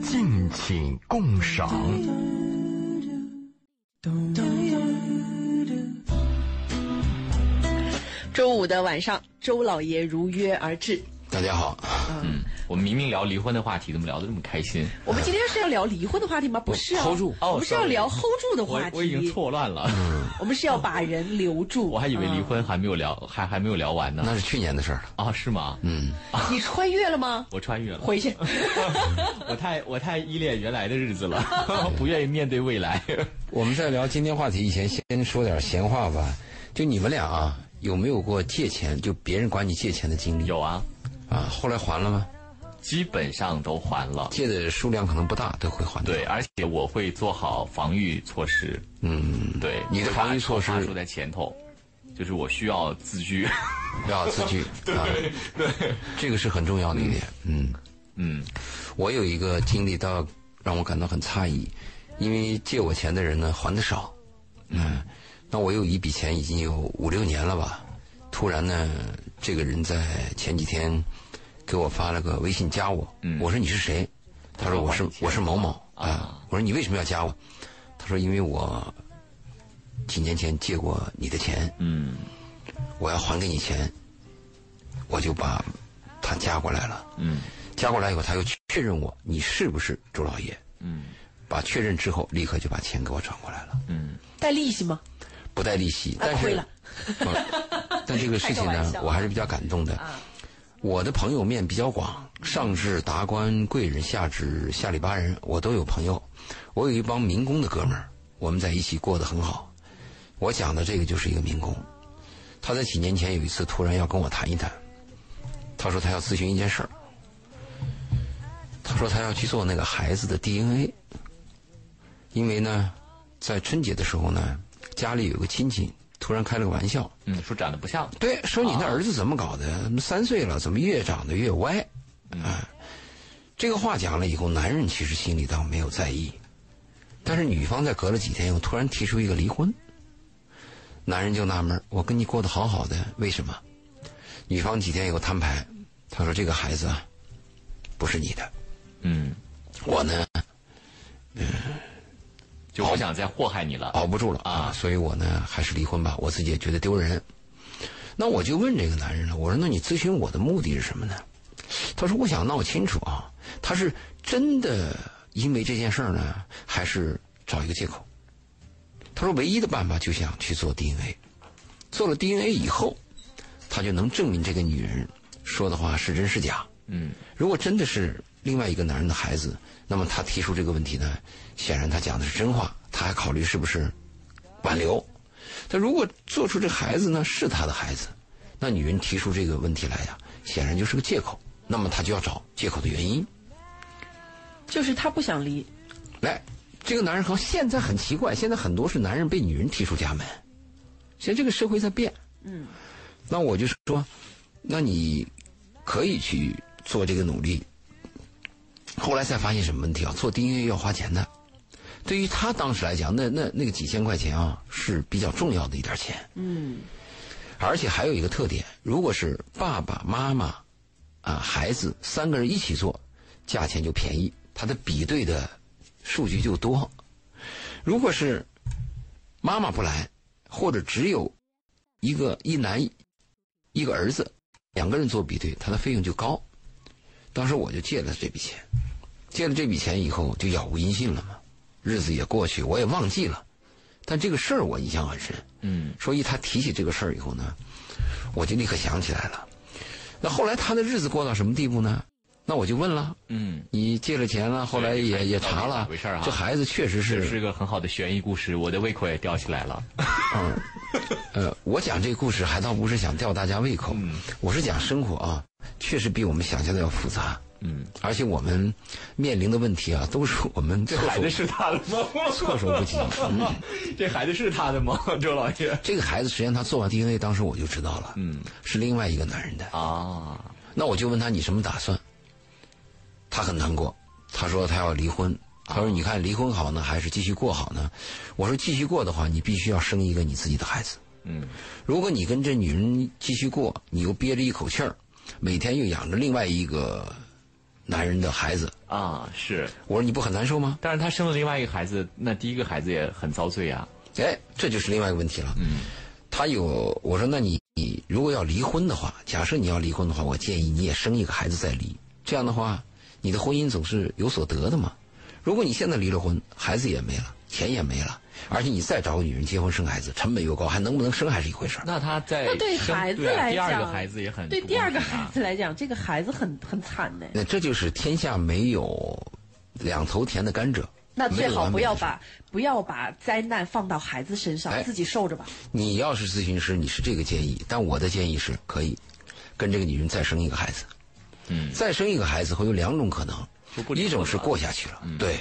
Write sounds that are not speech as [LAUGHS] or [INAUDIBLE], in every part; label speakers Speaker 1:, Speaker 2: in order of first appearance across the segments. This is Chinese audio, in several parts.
Speaker 1: 敬请共赏。
Speaker 2: 周五的晚上，周老爷如约而至。
Speaker 3: 大家好，
Speaker 2: 嗯，
Speaker 4: 我们明明聊离婚的话题，怎么聊得这么开心？
Speaker 2: 我们今天是要聊离婚的话题吗？不是啊
Speaker 4: ，hold 住
Speaker 2: 我们是要聊 hold 住的
Speaker 4: 我
Speaker 2: 话题。
Speaker 4: 我已经错乱了，
Speaker 3: 嗯
Speaker 2: 我们是要把人留住。啊
Speaker 4: [LAUGHS] 我还以为离婚还没有聊，还还没有聊完呢。
Speaker 3: 那是去年的事儿了。
Speaker 4: 啊，是吗？
Speaker 3: 嗯，
Speaker 2: 啊你穿越了吗？
Speaker 4: 我穿越了，
Speaker 2: 回去，
Speaker 4: [LAUGHS] 我太我太依恋原来的日子了， [LAUGHS] 不愿意面对未来。 [LAUGHS]
Speaker 3: 我们在聊今天话题以前，先说点闲话吧。就你们俩啊，有没有过借钱，就别人管你借钱的经历？
Speaker 4: 有啊，
Speaker 3: 啊，后来还了吗？
Speaker 4: 基本上都还了。
Speaker 3: 借的数量可能不大，都会还的。
Speaker 4: 对，而且我会做好防御措施。
Speaker 3: 嗯，
Speaker 4: 对，
Speaker 3: 你的
Speaker 4: 会把
Speaker 3: 防御措施
Speaker 4: 头发梳在前头，就是我需要自居。
Speaker 3: 要自居。对、啊、对，这个是很重要的一点。嗯，
Speaker 4: [LAUGHS] 嗯，
Speaker 3: 我有一个经历，倒让我感到很诧异，因为借我钱的人呢还的少。嗯，那我有一笔钱已经有五六年了吧，突然呢，这个人在前几天给我发了个微信加我，
Speaker 4: 嗯
Speaker 3: 我说你是谁？他说我是
Speaker 4: 他说还你钱
Speaker 3: 我是某某
Speaker 4: 啊
Speaker 3: 啊，我说你为什么要加我？他说因为我几年前借过你的钱，
Speaker 4: 嗯
Speaker 3: 我要还给你钱，我就把他加过来了。
Speaker 4: 嗯
Speaker 3: 加过来以后，他又确认我你是不是周老爷。
Speaker 4: 嗯
Speaker 3: 把确认之后，立刻就把钱给我转过来了，
Speaker 4: 嗯，
Speaker 2: 带利息吗？
Speaker 3: 不带利息。但
Speaker 2: 亏
Speaker 3: 是
Speaker 2: 了，
Speaker 3: 不但这个事
Speaker 2: 开
Speaker 3: 情
Speaker 2: 个玩
Speaker 3: 呢
Speaker 2: 笑，啊
Speaker 3: 我还是比较感动的。我的朋友面比较广，上至达官贵人，下至下里巴人，我都有朋友。我有一帮民工的哥们儿，我们在一起过得很好。我讲的这个就是一个民工，他在几年前有一次突然要跟我谈一谈，他说他要咨询一件事儿，他说他要去做那个孩子的 DNA，因为呢，在春节的时候呢，家里有个亲戚突然开了个玩笑，
Speaker 4: 嗯，说长得不像。
Speaker 3: 对，说你那儿子怎么搞的？怎么三岁了，怎么越长得越歪？啊，这个话讲了以后，男人其实心里倒没有在意，但是女方在隔了几天又突然提出一个离婚，男人就纳闷儿：我跟你过得好好的，为什么？女方几天以后摊牌，她说这个孩子啊，不是你的，
Speaker 4: 嗯，
Speaker 3: 我呢
Speaker 4: 就不想再祸害你了。
Speaker 3: 熬不住了啊，所以我呢还是离婚吧，我自己也觉得丢人。那我就问这个男人了，我说那你咨询我的目的是什么呢？他说我想闹清楚啊，他是真的因为这件事儿呢，还是找一个借口？他说唯一的办法就想去做 DNA，做了 DNA 以后，他就能证明这个女人说的话是真是假。
Speaker 4: 嗯
Speaker 3: 如果真的是另外一个男人的孩子，那么他提出这个问题呢，显然他讲的是真话，他还考虑是不是挽留。但如果做出这孩子呢是他的孩子，那女人提出这个问题来呀、显然就是个借口。那么他就要找借口的原因。
Speaker 2: 就是他不想离，
Speaker 3: 来，这个男人和现在很奇怪，现在很多是男人被女人踢出家门，所以这个社会在变。嗯，那我就说，那你可以去做这个努力。后来才发现什么问题啊？做 DNA 要花钱的，对于他当时来讲，那那那个几千块钱啊是比较重要的一点钱。嗯，而且还有一个特点，如果是爸爸妈妈啊孩子三个人一起做，价钱就便宜，它的比对的数据就多。如果是妈妈不来，或者只有一个一男一个儿子，两个人做比对，它的费用就高。当时我就借了这笔钱，借了这笔钱以后就杳无音信了嘛，日子也过去，我也忘记了。但这个事儿我印象很深，
Speaker 4: 嗯
Speaker 3: 所以他提起这个事儿以后呢，我就立刻想起来了。那后来他的日子过到什么地步呢？那我就问了，
Speaker 4: 嗯，
Speaker 3: 你借了钱了，后来
Speaker 4: 对孩
Speaker 3: 也
Speaker 4: 子
Speaker 3: 也
Speaker 4: 到底
Speaker 3: 查
Speaker 4: 咋
Speaker 3: 了
Speaker 4: 回事儿啊，
Speaker 3: 这孩子确实
Speaker 4: 这
Speaker 3: 是
Speaker 4: 是个很好的悬疑故事，我的胃口也吊起来了。
Speaker 3: 呃，我讲这个故事还倒不是想吊大家胃口，
Speaker 4: 嗯
Speaker 3: 我是讲生活啊，确实比我们想象的要复杂，
Speaker 4: 嗯，
Speaker 3: 而且我们面临的问题啊，都是我们措手
Speaker 4: 是他的吗？
Speaker 3: 措手不及。嗯
Speaker 4: [LAUGHS] 这孩子是他的吗？周老爷？
Speaker 3: [LAUGHS] 这个孩子实际上他做完 DNA，当时我就知道了，
Speaker 4: 嗯
Speaker 3: 是另外一个男人的。
Speaker 4: 啊，
Speaker 3: 那我就问他你什么打算？他很难过，他说他要离婚。他说：“你看，离婚好呢，还是继续过好呢？”我说：“继续过的话，你必须要生一个你自己的孩子。
Speaker 4: 嗯
Speaker 3: 如果你跟这女人继续过，你又憋着一口气儿，每天又养着另外一个男人的孩子。
Speaker 4: 啊，是。
Speaker 3: 我说你不很难受吗？
Speaker 4: 但是她生了另外一个孩子，那第一个孩子也很遭罪啊。
Speaker 3: 哎，这就是另外一个问题了。嗯，他有我说，那你你如果要离婚的话，假设你要离婚的话，我建议你也生一个孩子再离。这样的话，你的婚姻总是有所得的嘛。如果你现在离了婚，孩子也没了，钱也没了，而且你再找个女人结婚生孩子，成本又高，还能不能生还是一回事儿。
Speaker 4: 那她在
Speaker 2: 那对
Speaker 4: 生
Speaker 2: 孩子
Speaker 4: 对啊
Speaker 2: 来
Speaker 4: 第
Speaker 2: 讲，
Speaker 4: 二个孩子也很
Speaker 2: 对
Speaker 4: 不
Speaker 2: 第二个
Speaker 4: 公平啊
Speaker 2: 孩子来讲，这个孩子很很惨的。
Speaker 3: 那这就是天下没有两头甜的甘蔗。
Speaker 2: 那
Speaker 3: 没
Speaker 2: 最
Speaker 4: 啊
Speaker 3: 有
Speaker 2: 好
Speaker 3: 完
Speaker 2: 不
Speaker 3: 美的
Speaker 2: 要
Speaker 3: 事
Speaker 2: 把不要把灾难放到孩子身
Speaker 3: 哎
Speaker 2: 上，自己受着吧。
Speaker 3: 你要是咨询师，你是这个建议，但我的建议是可以跟这个女人再生一个孩子。
Speaker 4: 嗯
Speaker 3: 再生一个孩子会有两种可能
Speaker 4: 就不，离婚
Speaker 3: 一种是
Speaker 4: 了
Speaker 3: 过下去了，对；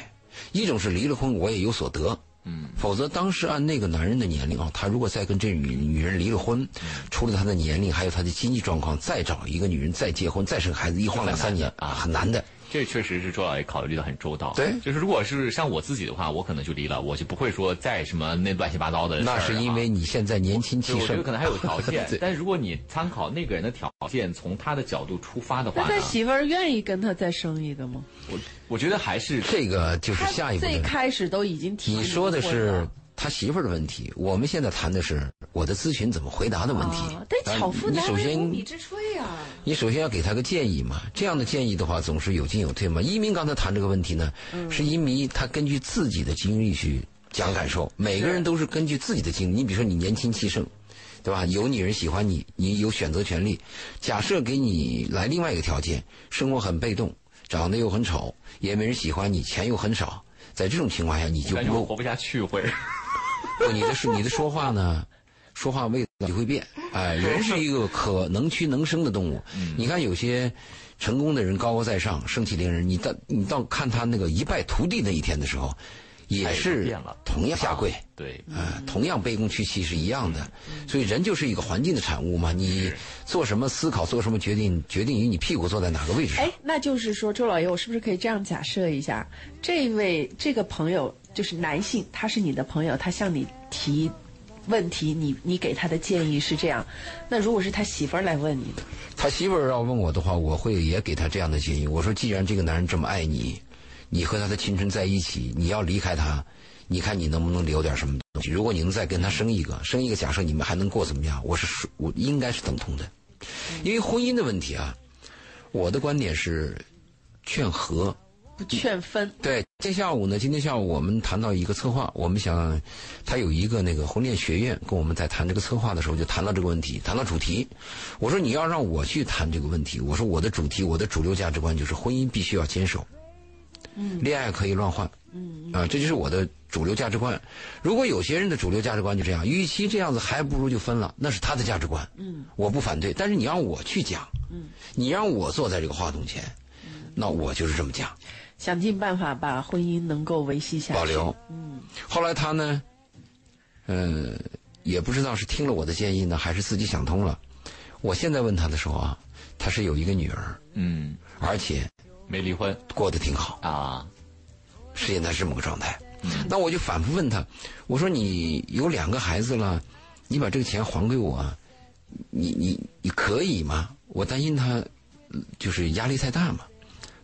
Speaker 3: 一种是离了婚我也有所得。
Speaker 4: 嗯，
Speaker 3: 否则当时按那个男人的年龄啊，他如果再跟这女女人离了婚，
Speaker 4: 嗯
Speaker 3: 除了他的年龄，还有他的经济状况，再找一个女人再结婚再生孩子，一晃两三年啊，很难的。
Speaker 4: 这确实是周老爷考虑的很周到。
Speaker 3: 对
Speaker 4: 就是如果是像我自己的话，我可能就离了，我就不会说再什么那乱七八糟的事儿
Speaker 3: 那
Speaker 4: 啊。
Speaker 3: 是因为你现在年轻
Speaker 4: 对。
Speaker 3: 气
Speaker 4: 我觉
Speaker 3: 盛
Speaker 4: 得可，能还有条
Speaker 3: [LAUGHS]
Speaker 4: 件
Speaker 3: 对，
Speaker 4: 但如果你参考那个人的条件，从他的角度出发的话
Speaker 2: 那
Speaker 4: 呢
Speaker 2: 他，媳妇儿愿意跟他再生一个吗？
Speaker 4: 我我觉得还是
Speaker 3: 这个就是
Speaker 2: 他
Speaker 3: 下一步的
Speaker 2: 最
Speaker 3: 问题。
Speaker 2: 开始都已经提
Speaker 3: 你说的
Speaker 2: 离婚
Speaker 3: 是
Speaker 2: 了
Speaker 3: 他媳妇儿的问题，我们现在谈的是我的咨询怎么回答的问题
Speaker 2: 啊。但
Speaker 3: 啊
Speaker 2: 巧妇
Speaker 3: 你
Speaker 2: 难
Speaker 3: 首
Speaker 2: 为无
Speaker 3: 先
Speaker 2: 米之炊啊呀。
Speaker 3: 你首先要给他个建议嘛，这样的建议的话总是有进有退嘛。一鸣刚才谈这个问题呢，是一鸣他根据自己的经历去讲感受，每个人都是根据自己的经历。你比如说你年轻气盛，对吧？有女人喜欢你，你有选择权利。假设给你来另外一个条件，生活很被动，长得又很丑，也没人喜欢你，钱又很少，在这种情况下你就
Speaker 4: 感
Speaker 3: 不
Speaker 4: 觉我
Speaker 3: 够
Speaker 4: 活不下去
Speaker 3: [LAUGHS]
Speaker 4: 会。
Speaker 3: 不，你的说你的说话呢，说话味道就会变。
Speaker 4: [LAUGHS]
Speaker 3: 哎，人是一个可能屈能伸的动物。
Speaker 4: 嗯
Speaker 3: 你看有些成功的人高高在上，盛气凌人，你到你到看他那个一败涂地那一天的时候，也
Speaker 4: 哎
Speaker 3: 是
Speaker 4: 变了嗯
Speaker 3: 同样下跪。
Speaker 4: 对，
Speaker 3: 啊，同样卑躬屈膝是一样的，
Speaker 4: 嗯
Speaker 3: 所以人就是一个环境的产物嘛。你做什么思考，做什么决定，决定于你屁股坐在哪个位置上
Speaker 2: 哎。，那就是说，周老爷，我是不是可以这样假设一下？这位这个朋友就是男性，他是你的朋友，他向你提问题，你你给他的建议是这样。那如果是他媳妇儿来问你呢？
Speaker 3: 他媳妇儿要问我的话，我会也给他这样的建议。我说，既然这个男人这么爱你，你和他的青春在一起，你要离开他，你看你能不能留点什么东西？如果你能再跟他生一个，生一个，假设你们还能过怎么样？我是说我应该是等同的，因为婚姻的问题啊，我的观点是劝和。
Speaker 2: 不劝分，
Speaker 3: 对，今天下午呢，今天下午我们谈到一个策划，我们想，他有一个那个婚恋学院，跟我们在谈这个策划的时候就谈到这个问题，谈到主题。我说你要让我去谈这个问题，我说我的主题，我的主流价值观就是婚姻必须要坚守，嗯，恋爱可以乱换，嗯，啊，这就是我的主流价值观。如果有些人的主流价值观就这样，与其这样子，还不如就分了，那是他的价值观，嗯，我不反对，但是你让我去讲，嗯，你让我坐在这个话筒前，那我就是这么讲。
Speaker 2: 想尽办法把婚姻能够维系下去。
Speaker 3: 保留。嗯，后来他呢，呃，也不知道是听了我的建议呢，还是自己想通了。我现在问他的时候啊，他是有一个女儿，
Speaker 4: 嗯，
Speaker 3: 而且
Speaker 4: 没离婚
Speaker 3: 过得挺好，
Speaker 4: 啊，
Speaker 3: 是现在是这么个状态。那我就反复问他，我说你有两个孩子了，你把这个钱还给我，啊你你你可以吗？我担心他嗯就是压力太大嘛。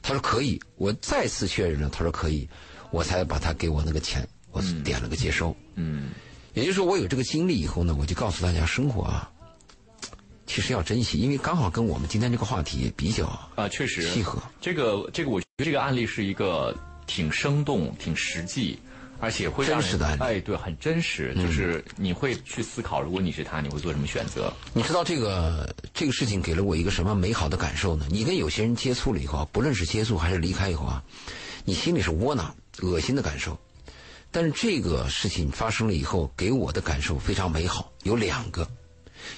Speaker 3: 他说可以，我再次确认了，他说可以，我才把他给我那个钱，我点了个接收。
Speaker 4: 嗯，
Speaker 3: 也就是说，我有这个经历以后呢，我就告诉大家，生活啊，其实要珍惜，因为刚好跟我们今天这个话题也比较
Speaker 4: 啊，确实
Speaker 3: 契合。
Speaker 4: 这个这个，我觉得这个案例是一个挺生动、挺实际，而且会让人
Speaker 3: 真实的案例嗯
Speaker 4: 哎，对，很真实，就是你会去思考，如果你是他，你会做什么选择？
Speaker 3: 你知道这个这个事情给了我一个什么美好的感受呢？你跟有些人接触了以后啊，不论是接触还是离开以后啊，你心里是窝囊、恶心的感受。但是这个事情发生了以后，给我的感受非常美好，有两个，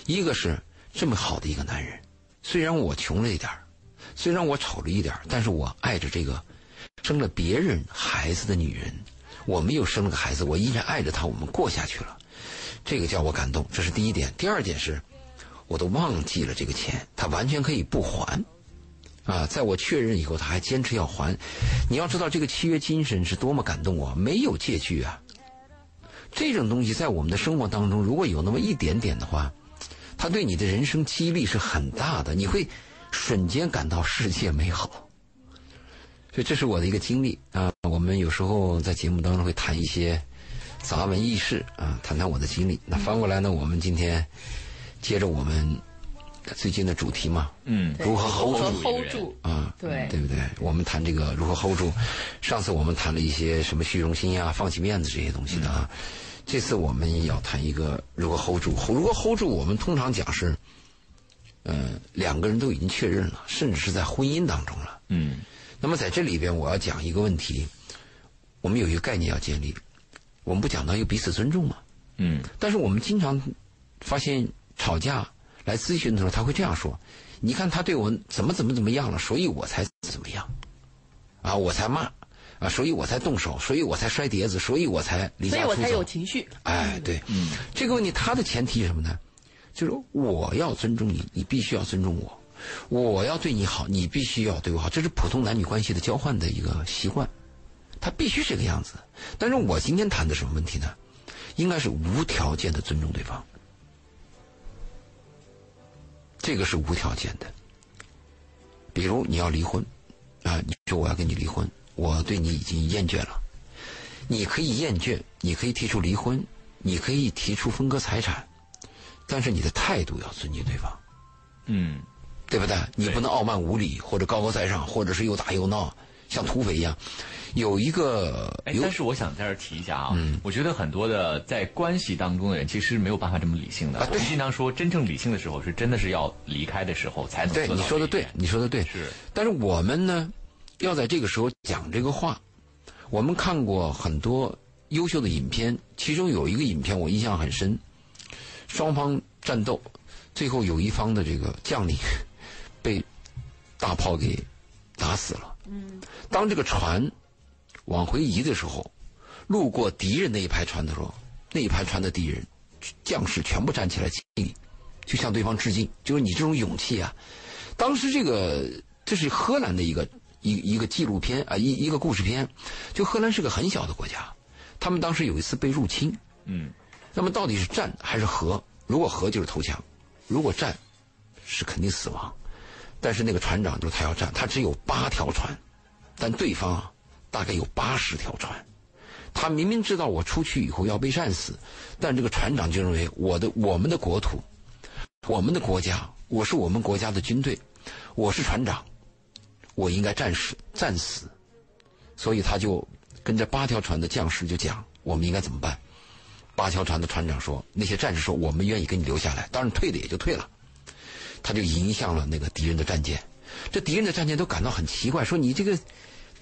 Speaker 3: 一个是这么好的一个男人，虽然我穷了一点儿虽然我丑了一点儿但是我爱着这个生了别人孩子的女人，我没有生了个孩子，我依然爱着她，我们过下去了，这个叫我感动，这是第一点。第二点是，我都忘记了这个钱，他完全可以不还。啊，在我确认以后，他还坚持要还。你要知道，这个契约精神是多么感动我、没有借据啊。这种东西在我们的生活当中，如果有那么一点点的话，它对你的人生激励是很大的，你会瞬间感到世界美好。所以这是我的一个经历啊。我们有时候在节目当中会谈一些杂文轶事啊，谈谈我的经历。那翻过来呢，我们今天接着我们最近的主题嘛，
Speaker 4: 嗯，
Speaker 3: 如何 hold
Speaker 2: 和
Speaker 4: 住一个
Speaker 2: hold
Speaker 4: 人
Speaker 2: 住，
Speaker 3: 啊，
Speaker 2: 对
Speaker 3: 对不对？我们谈这个如何 hold 住，上次我们谈了一些什么虚荣心呀、啊放弃面子这些东西的啊，这次我们也要谈一个如何 hold 住。如何 hold 住，我们通常讲是，呃，两个人都已经确认了，甚至是在婚姻当中了。
Speaker 4: 嗯
Speaker 3: 那么在这里边，我要讲一个问题，我们有一个概念要建立，我们不讲到一个彼此尊重吗？
Speaker 4: 嗯
Speaker 3: 但是我们经常发现吵架来咨询的时候，他会这样说：“你看他对我怎么怎么怎么样了，所以我才怎么样，啊，我才骂，啊，所以我才动手，所以我才摔碟子，所以我才离
Speaker 2: 所以
Speaker 3: 家
Speaker 2: 我
Speaker 3: 出
Speaker 2: 才有
Speaker 3: 走。
Speaker 2: 情绪。”
Speaker 3: 哎，对，
Speaker 4: 嗯
Speaker 3: 这个问题它的前提是什么呢？就是我要尊重你，你必须要尊重我；我要对你好，你必须要对我好。这是普通男女关系的交换的一个习惯，它必须这个样子。但是我今天谈的什么问题呢？应该是无条件的尊重对方，这个是无条件的。比如你要离婚，啊，你说我要跟你离婚，我对你已经厌倦了，你可以厌倦，你可以提出离婚，你可以提出分割财产，但是你的态度要尊敬对方，
Speaker 4: 嗯
Speaker 3: 对不对？你不能傲慢无礼，或者高高在上，或者是又打又闹，像土匪一样。有一个
Speaker 4: 哎，
Speaker 3: 有嗯
Speaker 4: 但是我想在这儿提一下啊，我觉得很多的在关系当中的人其实没有办法这么理性的。
Speaker 3: 啊
Speaker 4: 我们经常说，真正理性的时候是真的是要离开的时候才能
Speaker 3: 对
Speaker 4: 做到
Speaker 3: 你说
Speaker 4: 这
Speaker 3: 的
Speaker 4: 一
Speaker 3: 对
Speaker 4: 点，
Speaker 3: 你说的对。
Speaker 4: 是
Speaker 3: 但是我们呢，要在这个时候讲这个话。我们看过很多优秀的影片，其中有一个影片我印象很深，双方战斗，最后有一方的这个将领 [LAUGHS] 被大炮给打死了。嗯，当这个船往回移的时候，路过敌人那一排船的时候，那一排船的敌人将士全部站起来敬礼，就向对方致敬，就是你这种勇气啊！当时这个这是荷兰的一个一一个纪录片啊，一一个故事片。就荷兰是个很小的国家，他们当时有一次被入侵，
Speaker 4: 嗯
Speaker 3: 那么到底是战还是和？如果和就是投降，如果战是肯定死亡。但是那个船长就是他要战，他只有八条船，但对方啊大概有八十条船。他明明知道我出去以后要被战死，但这个船长就认为我的我们的国土，我们的国家，我是我们国家的军队，我是船长，我应该战死战死，所以他就跟这八条船的将士就讲我们应该怎么办。八条船的船长说，那些战士说，我们愿意跟你留下来，当然退的也就退了。他就迎向了那个敌人的战舰，这敌人的战舰都感到很奇怪，说你这个，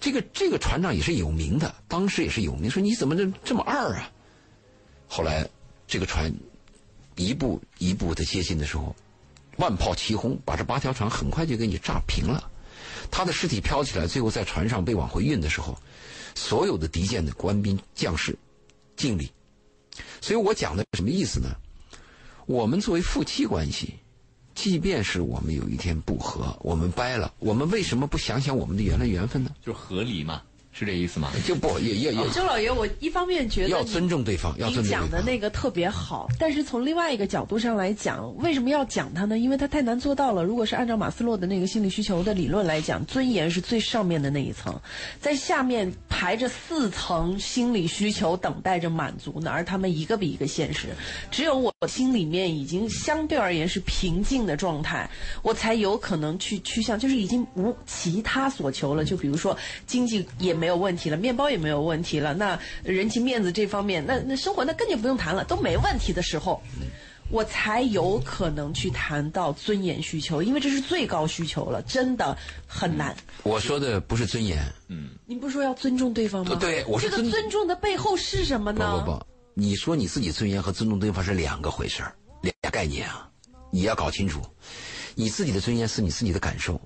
Speaker 3: 这个这个船长也是有名的，当时也是有名，说你怎么这这么二啊？后来这个船一步一步的接近的时候，万炮齐轰，把这八条船很快就给你炸平了。他的尸体飘起来，最后在船上被往回运的时候，所有的敌舰的官兵将士敬礼。所以我讲的什么意思呢？我们作为夫妻关系，即便是我们有一天不和，我们掰了，我们为什么不想想我们的原来缘分呢？
Speaker 4: 就是合理嘛，是这意思吗？
Speaker 3: 就不也也也
Speaker 2: 周老爷，我一方面哦觉得
Speaker 3: 要
Speaker 2: 你
Speaker 3: 尊重对方，要尊
Speaker 2: 你
Speaker 3: 重对
Speaker 2: 讲
Speaker 3: 方。
Speaker 2: 的那个特别好，但是从另外一个角度上来讲，为什么要讲它呢？因为它太难做到了。如果是按照马斯洛的那个心理需求的理论来讲，尊严是最上面的那一层，在下面排着四层心理需求等待着满足呢，而他们一个比一个现实。只有我心里面已经相对而言是平静的状态，我才有可能去趋向，就是已经无其他所求了。就比如说经济也没有问题了，面包也没有问题了，那人情面子这方面，那那生活那更就不用谈了，都没问题的时候。我才有可能去谈到尊严需求，因为这是最高需求了，真的很难。
Speaker 3: 我说的不是尊严，
Speaker 2: 你不是说要尊重对方吗？
Speaker 3: 呃对我是
Speaker 2: 这个
Speaker 3: 尊
Speaker 2: 尊重的背后是什么
Speaker 3: 不
Speaker 2: 呢？
Speaker 3: 不不，你说你自己尊严和尊重对方是两个回事儿，两个概念啊，你要搞清楚。你自己的尊严是你自己的感受，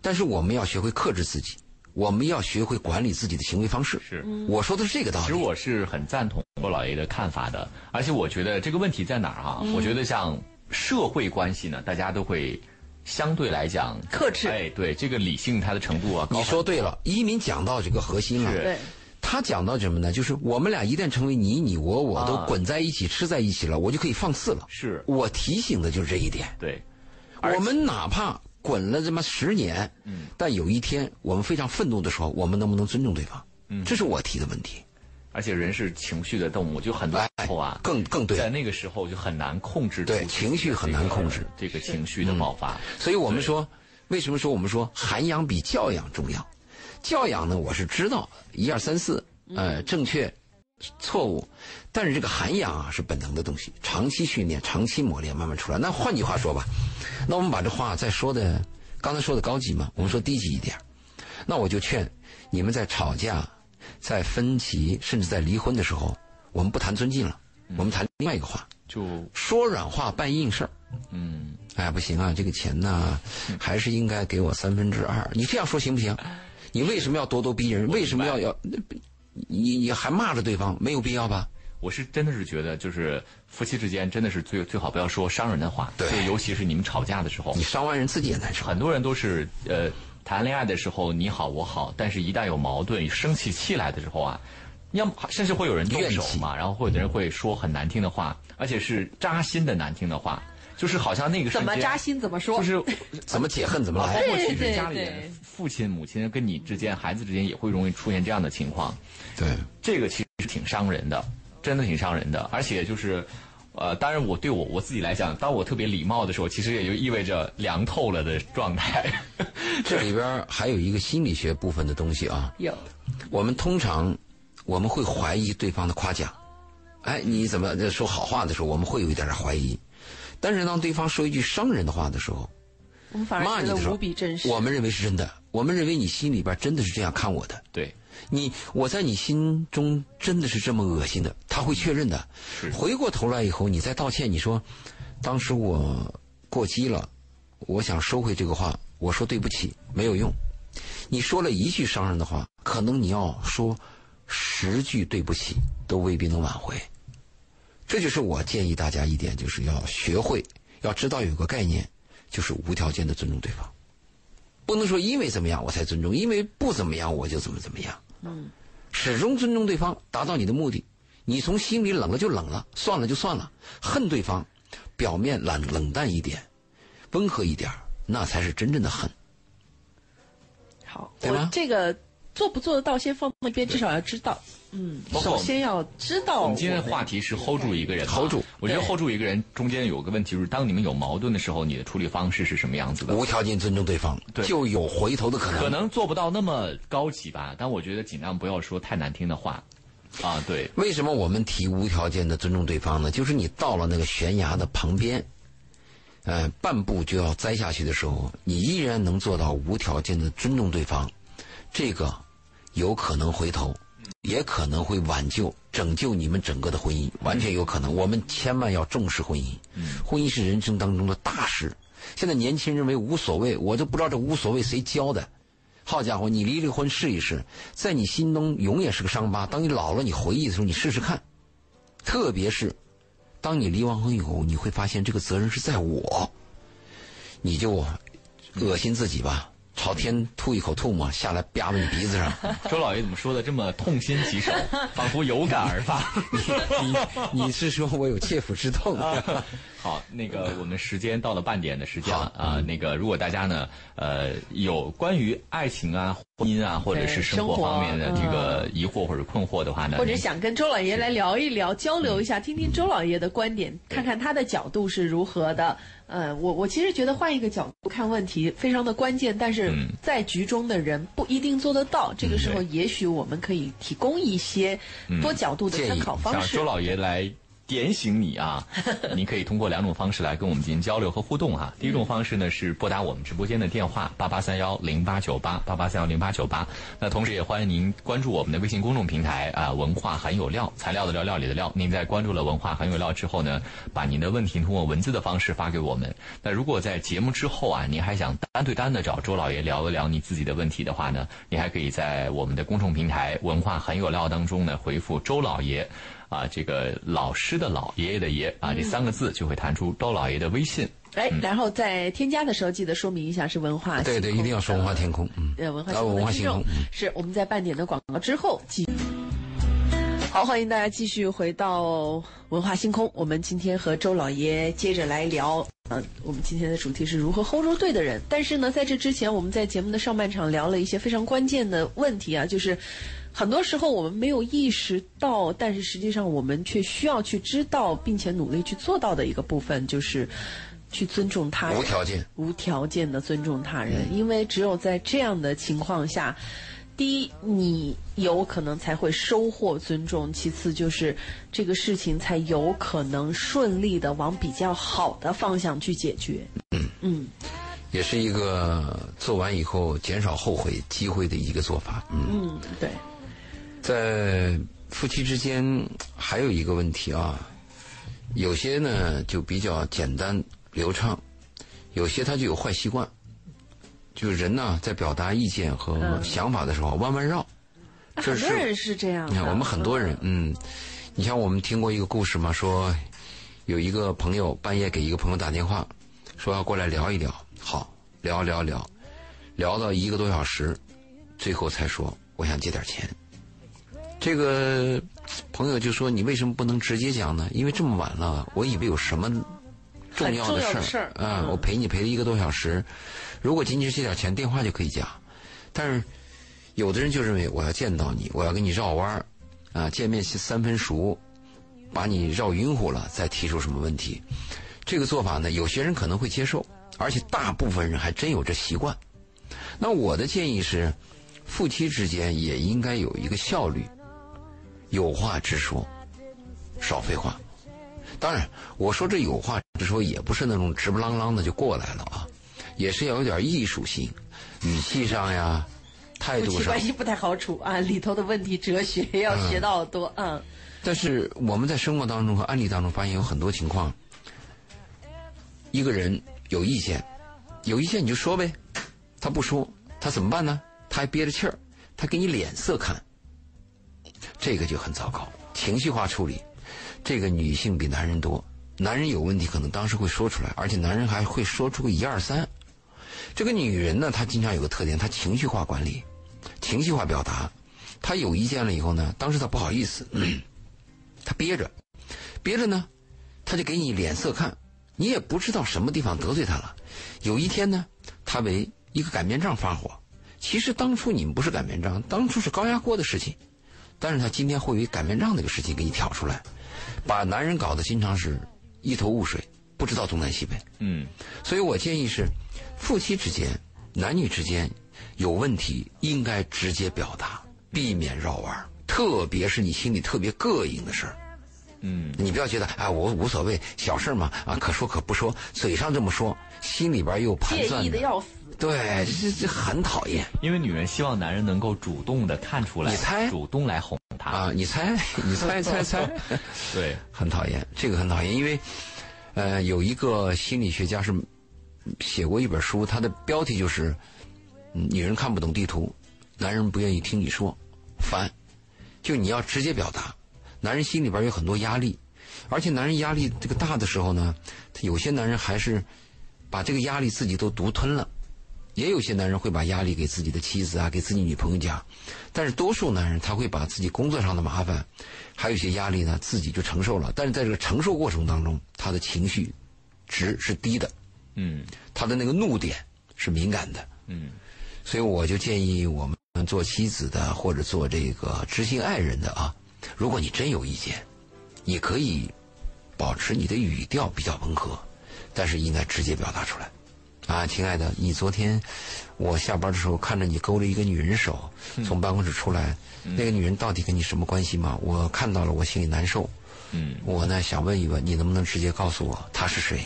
Speaker 3: 但是我们要学会克制自己，我们要学会管理自己的行为方式。
Speaker 4: 是，
Speaker 3: 我说的是这个道
Speaker 4: 其实
Speaker 3: 理。
Speaker 4: 我是很赞同郭老爷的看法的，而且我觉得这个问题在哪儿啊？
Speaker 3: 嗯
Speaker 4: 我觉得像社会关系呢，大家都会相对来讲
Speaker 2: 克制
Speaker 4: 哎，对这个理性它的程度啊，高
Speaker 3: 你说对了，一鸣讲到这个核心了。
Speaker 4: 是
Speaker 2: 对，
Speaker 3: 他讲到什么呢？就是我们俩一旦成为你你我我都
Speaker 4: 啊
Speaker 3: 滚在一起、吃在一起了，我就可以放肆了。
Speaker 4: 是
Speaker 3: 我提醒的就是这一点。
Speaker 4: 对，而
Speaker 3: 我们哪怕滚了这么十年，
Speaker 4: 嗯，
Speaker 3: 但有一天我们非常愤怒的说，我们能不能尊重对方？
Speaker 4: 嗯
Speaker 3: 这是我提的问题。
Speaker 4: 而且人是情绪的动物，就很多
Speaker 3: 哎
Speaker 4: 时候啊，
Speaker 3: 更更对
Speaker 4: 在那个时候就很难控制住
Speaker 3: 对
Speaker 4: 自己
Speaker 3: 情绪很难
Speaker 4: 这个
Speaker 3: 控制
Speaker 4: 这个情绪的爆发。
Speaker 3: 所以我们说，为什么说我们说涵养比教养重要？教养呢，我是知道一二三四，呃，正确、错误，但是这个涵养啊是本能的东西，长期训练、长期磨练，慢慢出来。那换句话说吧，那我们把这话再说的，刚才说的高级嘛，我们说低级一点儿。那我就劝你们在吵架、在分歧，甚至在离婚的时候，我们不谈尊敬了，我们谈另外一个话，
Speaker 4: 就
Speaker 3: 说软话办硬事儿。
Speaker 4: 嗯，
Speaker 3: 哎，不行啊，这个钱呢，
Speaker 2: 嗯
Speaker 3: 还是应该给我三分之二。你这样说行不行？你为什么要咄咄逼人？为什么要要？你你还骂着对方，没有必要吧？
Speaker 4: 我是真的是觉得，就是夫妻之间真的是最最好不要说伤人的话，
Speaker 3: 对
Speaker 4: 就尤其是你们吵架的时候
Speaker 3: 你，伤完人自己也难受。
Speaker 4: 很多人都是呃谈恋爱的时候你好我好，但是一旦有矛盾、生起气来的时候啊，要么甚至会有人动手嘛，然后会有的人会说很难听的话，而且是扎心的难听的话，就是好像那个
Speaker 2: 怎么
Speaker 4: 瞬间
Speaker 2: 扎心怎么说，
Speaker 4: 就是
Speaker 3: [LAUGHS] 怎么解恨怎么
Speaker 4: 啊，包
Speaker 3: 来。
Speaker 4: 括其
Speaker 2: 对
Speaker 4: 实家里
Speaker 2: 对
Speaker 4: 人、父亲、母亲跟你之间、孩子之间也会容易出现这样的情况，
Speaker 3: 对，
Speaker 2: [LAUGHS]
Speaker 4: 这个其实挺伤人的，真的挺伤人的。而且就是，呃，当然我对我我自己来讲，当我特别礼貌的时候，其实也就意味着凉透了的状态。 [LAUGHS]
Speaker 3: 这里边还有一个心理学部分的东西啊。
Speaker 2: 有
Speaker 3: 我们通常我们会怀疑对方的夸奖，哎，你怎么说好话的时候，我们会有一点点怀疑。但是当对方说一句伤人的话的时候，
Speaker 2: 我们反
Speaker 3: 骂
Speaker 2: 而
Speaker 3: 你
Speaker 2: 觉
Speaker 3: 的时
Speaker 2: 得
Speaker 3: 候
Speaker 2: 无比真实。
Speaker 3: 我们认为是真的，我们认为你心里边真的是这样看我的。
Speaker 4: 对，
Speaker 3: 你我在你心中真的是这么恶心的，他会确认的。回过头来以后，你再道歉，你说，当时我过激了，我想收回这个话，我说对不起，没有用。你说了一句伤人的话，可能你要说十句对不起，都未必能挽回。这就是我建议大家一点，就是要学会，要知道有个概念，就是无条件的尊重对方。不能说因为怎么样我才尊重，因为不怎么样我就怎么怎么样。嗯，始终尊重对方，达到你的目的。你从心里冷了就冷了，算了就算了，恨对方，表面冷冷淡一点，温和一点，那才是真正的恨。
Speaker 2: 好，
Speaker 3: 对
Speaker 2: 我
Speaker 3: 吗
Speaker 2: 这个做不做得到先放那边，至少要知道。嗯，
Speaker 4: 包括
Speaker 2: 首
Speaker 4: 我们
Speaker 2: 先要知道
Speaker 4: 我
Speaker 2: 哦我
Speaker 4: 们
Speaker 2: 们。
Speaker 4: 今天的话题是 hold 住一个人嘛
Speaker 3: hold 住
Speaker 4: 我觉得
Speaker 2: 对
Speaker 4: hold 住一个人中间有个问题，就是当你们有矛盾的时候，你的处理方式是什么样子的？
Speaker 3: 无条件尊重对方，
Speaker 4: 对
Speaker 3: 就有回头的可能。
Speaker 4: 可能做不到那么高级吧，但我觉得尽量不要说太难听的话。啊，对，
Speaker 3: 为什么我们提无条件的尊重对方呢？就是你到了那个悬崖的旁边，呃，半步就要栽下去的时候，你依然能做到无条件的尊重对方，这个有可能回头，也可能会挽救、拯救你们整个的婚姻，完全有可能。我们千万要重视婚姻，婚姻是人生当中的大事。现在年轻人认为无所谓，我都不知道这无所谓谁教的。好家伙，你离离婚试一试，在你心中永远是个伤疤。当你老了，你回忆的时候，你试试看。特别是，当你离完婚以后，你会发现这个责任是在我，你就恶心自己吧，朝天吐一口吐沫下来，吧到你鼻子上。
Speaker 4: [LAUGHS] 周老爷怎么说的这么痛心
Speaker 2: [LAUGHS]
Speaker 4: 疾首，仿佛有感而发。 [LAUGHS]
Speaker 3: 你你是说我有切肤之痛？
Speaker 4: 好，那
Speaker 2: 嗯
Speaker 4: 个我们时间到了半点的时间了
Speaker 3: 好
Speaker 4: 啊、那个如果大家呢，呃，有关于爱情啊、婚姻啊，或者是
Speaker 2: 对
Speaker 4: 生活
Speaker 2: 生活嗯
Speaker 4: 方面的这个疑惑或者困惑的话呢，
Speaker 2: 或者
Speaker 4: 你
Speaker 2: 想跟周老爷来聊一聊、交流一下，听听周老爷的观点，看看他的角度是如何的。呃，我我其实觉得换一个角度看问题非常的关键，但是
Speaker 4: 嗯
Speaker 2: 在局中的人不一定做得
Speaker 3: 嗯
Speaker 2: 到。这个时候，
Speaker 4: 对
Speaker 2: 也许我们可以提供一些多角度的
Speaker 3: 嗯建议
Speaker 2: 参考方
Speaker 4: 想
Speaker 2: 式
Speaker 4: 周。老爷来点醒你啊，你可以通过两种方式来跟我们进行交流和互动哈、啊第一种方式呢是拨打我们直播间的电话八八三幺零八九八八八三幺零八九八，那同时也欢迎您关注我们的微信公众平台啊、文化很有料，材料的料，料理的料。您在关注了文化很有料之后呢，把您的问题通过文字的方式发给我们。那如果在节目之后啊，您还想单对单的找周老爷聊一聊你自己的问题的话呢，您还可以在我们的公众平台“文化很有料”当中呢回复“周老爷”。啊，这个老师的老爷爷的爷啊，
Speaker 2: 嗯
Speaker 4: 这三个字就会弹出周老爷的微信。
Speaker 2: 哎，然后在添加的时候记得说明一下是文化
Speaker 3: 嗯对对，
Speaker 2: 星
Speaker 3: 一
Speaker 2: 空
Speaker 3: 定要说文化天空。嗯，
Speaker 2: 呃文化
Speaker 3: 啊
Speaker 2: 星空
Speaker 3: 文
Speaker 2: 的
Speaker 3: 化
Speaker 2: 听
Speaker 3: 星空
Speaker 2: 众。
Speaker 3: 嗯
Speaker 2: 是我们在半点的广告之后继。好，欢迎大家继续回到文化星空。我们今天和周老爷接着来聊呃，我们今天的主题是如何 hold 住对的人。但是呢，在这之前，我们在节目的上半场聊了一些非常关键的问题啊，就是很多时候我们没有意识到，但是实际上我们却需要去知道，并且努力去做到的一个部分，就是去尊重他人，
Speaker 3: 无条件。
Speaker 2: 无条件的尊重他人，
Speaker 3: 嗯
Speaker 2: 因为只有在这样的情况下，第一，你有可能才会收获尊重；其次，就是这个事情才有可能顺利的往比较好的方向去解决。嗯，
Speaker 3: 也是一个做完以后减少后悔机会的一个做法。嗯，
Speaker 2: 嗯，对，
Speaker 3: 在夫妻之间还有一个问题啊，有些呢就比较简单流畅，有些他就有坏习惯，就是人呢在表达意见和
Speaker 2: 嗯啊
Speaker 3: 想法的时候弯弯绕。这
Speaker 2: 很
Speaker 3: 是
Speaker 2: 多人是这样
Speaker 3: 你看，
Speaker 2: 的。
Speaker 3: 我们很多人，嗯，你像我们听过一个故事嘛，说有一个朋友半夜给一个朋友打电话，说要过来聊一聊，好，聊聊聊，聊到一个多小时，最后才说我想借点钱。这个朋友就说：“你为什么不能直接讲呢？因为这么晚了，我以为有什么重要的
Speaker 2: 很重要
Speaker 3: 事
Speaker 2: 的
Speaker 3: 儿
Speaker 2: 事儿
Speaker 3: 啊、
Speaker 2: 嗯
Speaker 3: 我陪你陪了一个多小时，如果仅仅是借点钱，电话就可以讲。但是有的人就认为我要见到你，我要跟你绕弯儿，啊，见面是三分熟，把你绕晕乎了，再提出什么问题。这个做法呢，有些人可能会接受，而且大部分人还真有这习惯。那我的建议是，夫妻之间也应该有一个效率，有话直说，少废话。当然，我说这有话直说也不是那种直不啷啷的就过来了啊，也是要有点艺术性，语气上呀，态
Speaker 2: 夫
Speaker 3: 度
Speaker 2: 妻
Speaker 3: 上
Speaker 2: 关。系不太好处啊， [LAUGHS] 里头的问题哲学要学到多。嗯，
Speaker 3: 但是我们在生活当中和案例当中发现有很多情况，一个人有意见，有意见你就说呗，他不说，他怎么办呢？他还憋着气儿，他给你脸色看，这个就很糟糕。情绪化处理，这个女性比男人多，男人有问题可能当时会说出来，而且男人还会说出个一二三。这个女人呢，她经常有个特点，她情绪化管理，情绪化表达。她有意见了以后呢，当时她不好意思，他憋着，憋着呢，他就给你脸色看，你也不知道什么地方得罪他了。有一天呢，他为一个擀面杖发火，其实当初你们不是擀面杖，当初是高压锅的事情，但是他今天会为擀面杖这个事情给你挑出来，把男人搞得经常是一头雾水，不知道东南西北。
Speaker 4: 嗯，
Speaker 3: 所以我建议是，夫妻之间、男女之间有问题，应该直接表达，避免绕弯儿。特别是你心里特别膈应的事儿，
Speaker 4: 嗯，
Speaker 3: 你不要觉得哎，我无所谓，小事儿嘛，啊，可说可不说，嘴上这么说，心里边又盘
Speaker 2: 介
Speaker 3: 算
Speaker 2: 意的
Speaker 3: 着，
Speaker 2: 要死。
Speaker 3: 对，这这很讨厌
Speaker 4: 因为女人希望男人能够主动的看出来，
Speaker 3: 你猜
Speaker 4: 主动来哄她。
Speaker 3: 啊！你猜，
Speaker 2: [LAUGHS]
Speaker 3: 你猜，猜猜，
Speaker 4: 对，
Speaker 3: 很讨厌，这个很讨厌，因为，呃，有一个心理学家是写过一本书，他的标题就是嗯“女人看不懂地图，男人不愿意听你说”，烦。就你要直接表达，男人心里边有很多压力，而且男人压力这个大的时候呢，他有些男人还是把这个压力自己都独吞了。也有些男人会把压力给自己的妻子啊，给自己女朋友讲，但是多数男人他会把自己工作上的麻烦，还有一些压力呢，自己就承受了。但是在这个承受过程当中，他的情绪值是低的，
Speaker 4: 嗯
Speaker 3: 他的那个怒点是敏感的。
Speaker 4: 嗯
Speaker 3: 所以我就建议我们做妻子的或者做这个知心爱人的啊，如果你真有意见，你可以保持你的语调比较温和，但是应该直接表达出来。啊，亲爱的，你昨天我下班的时候看着你勾了一个女人手，从办公室出来，那个女人到底跟你什么关系吗？我看到了，我心里难受。
Speaker 4: 嗯
Speaker 3: 我呢想问一问，你能不能直接告诉我她是谁？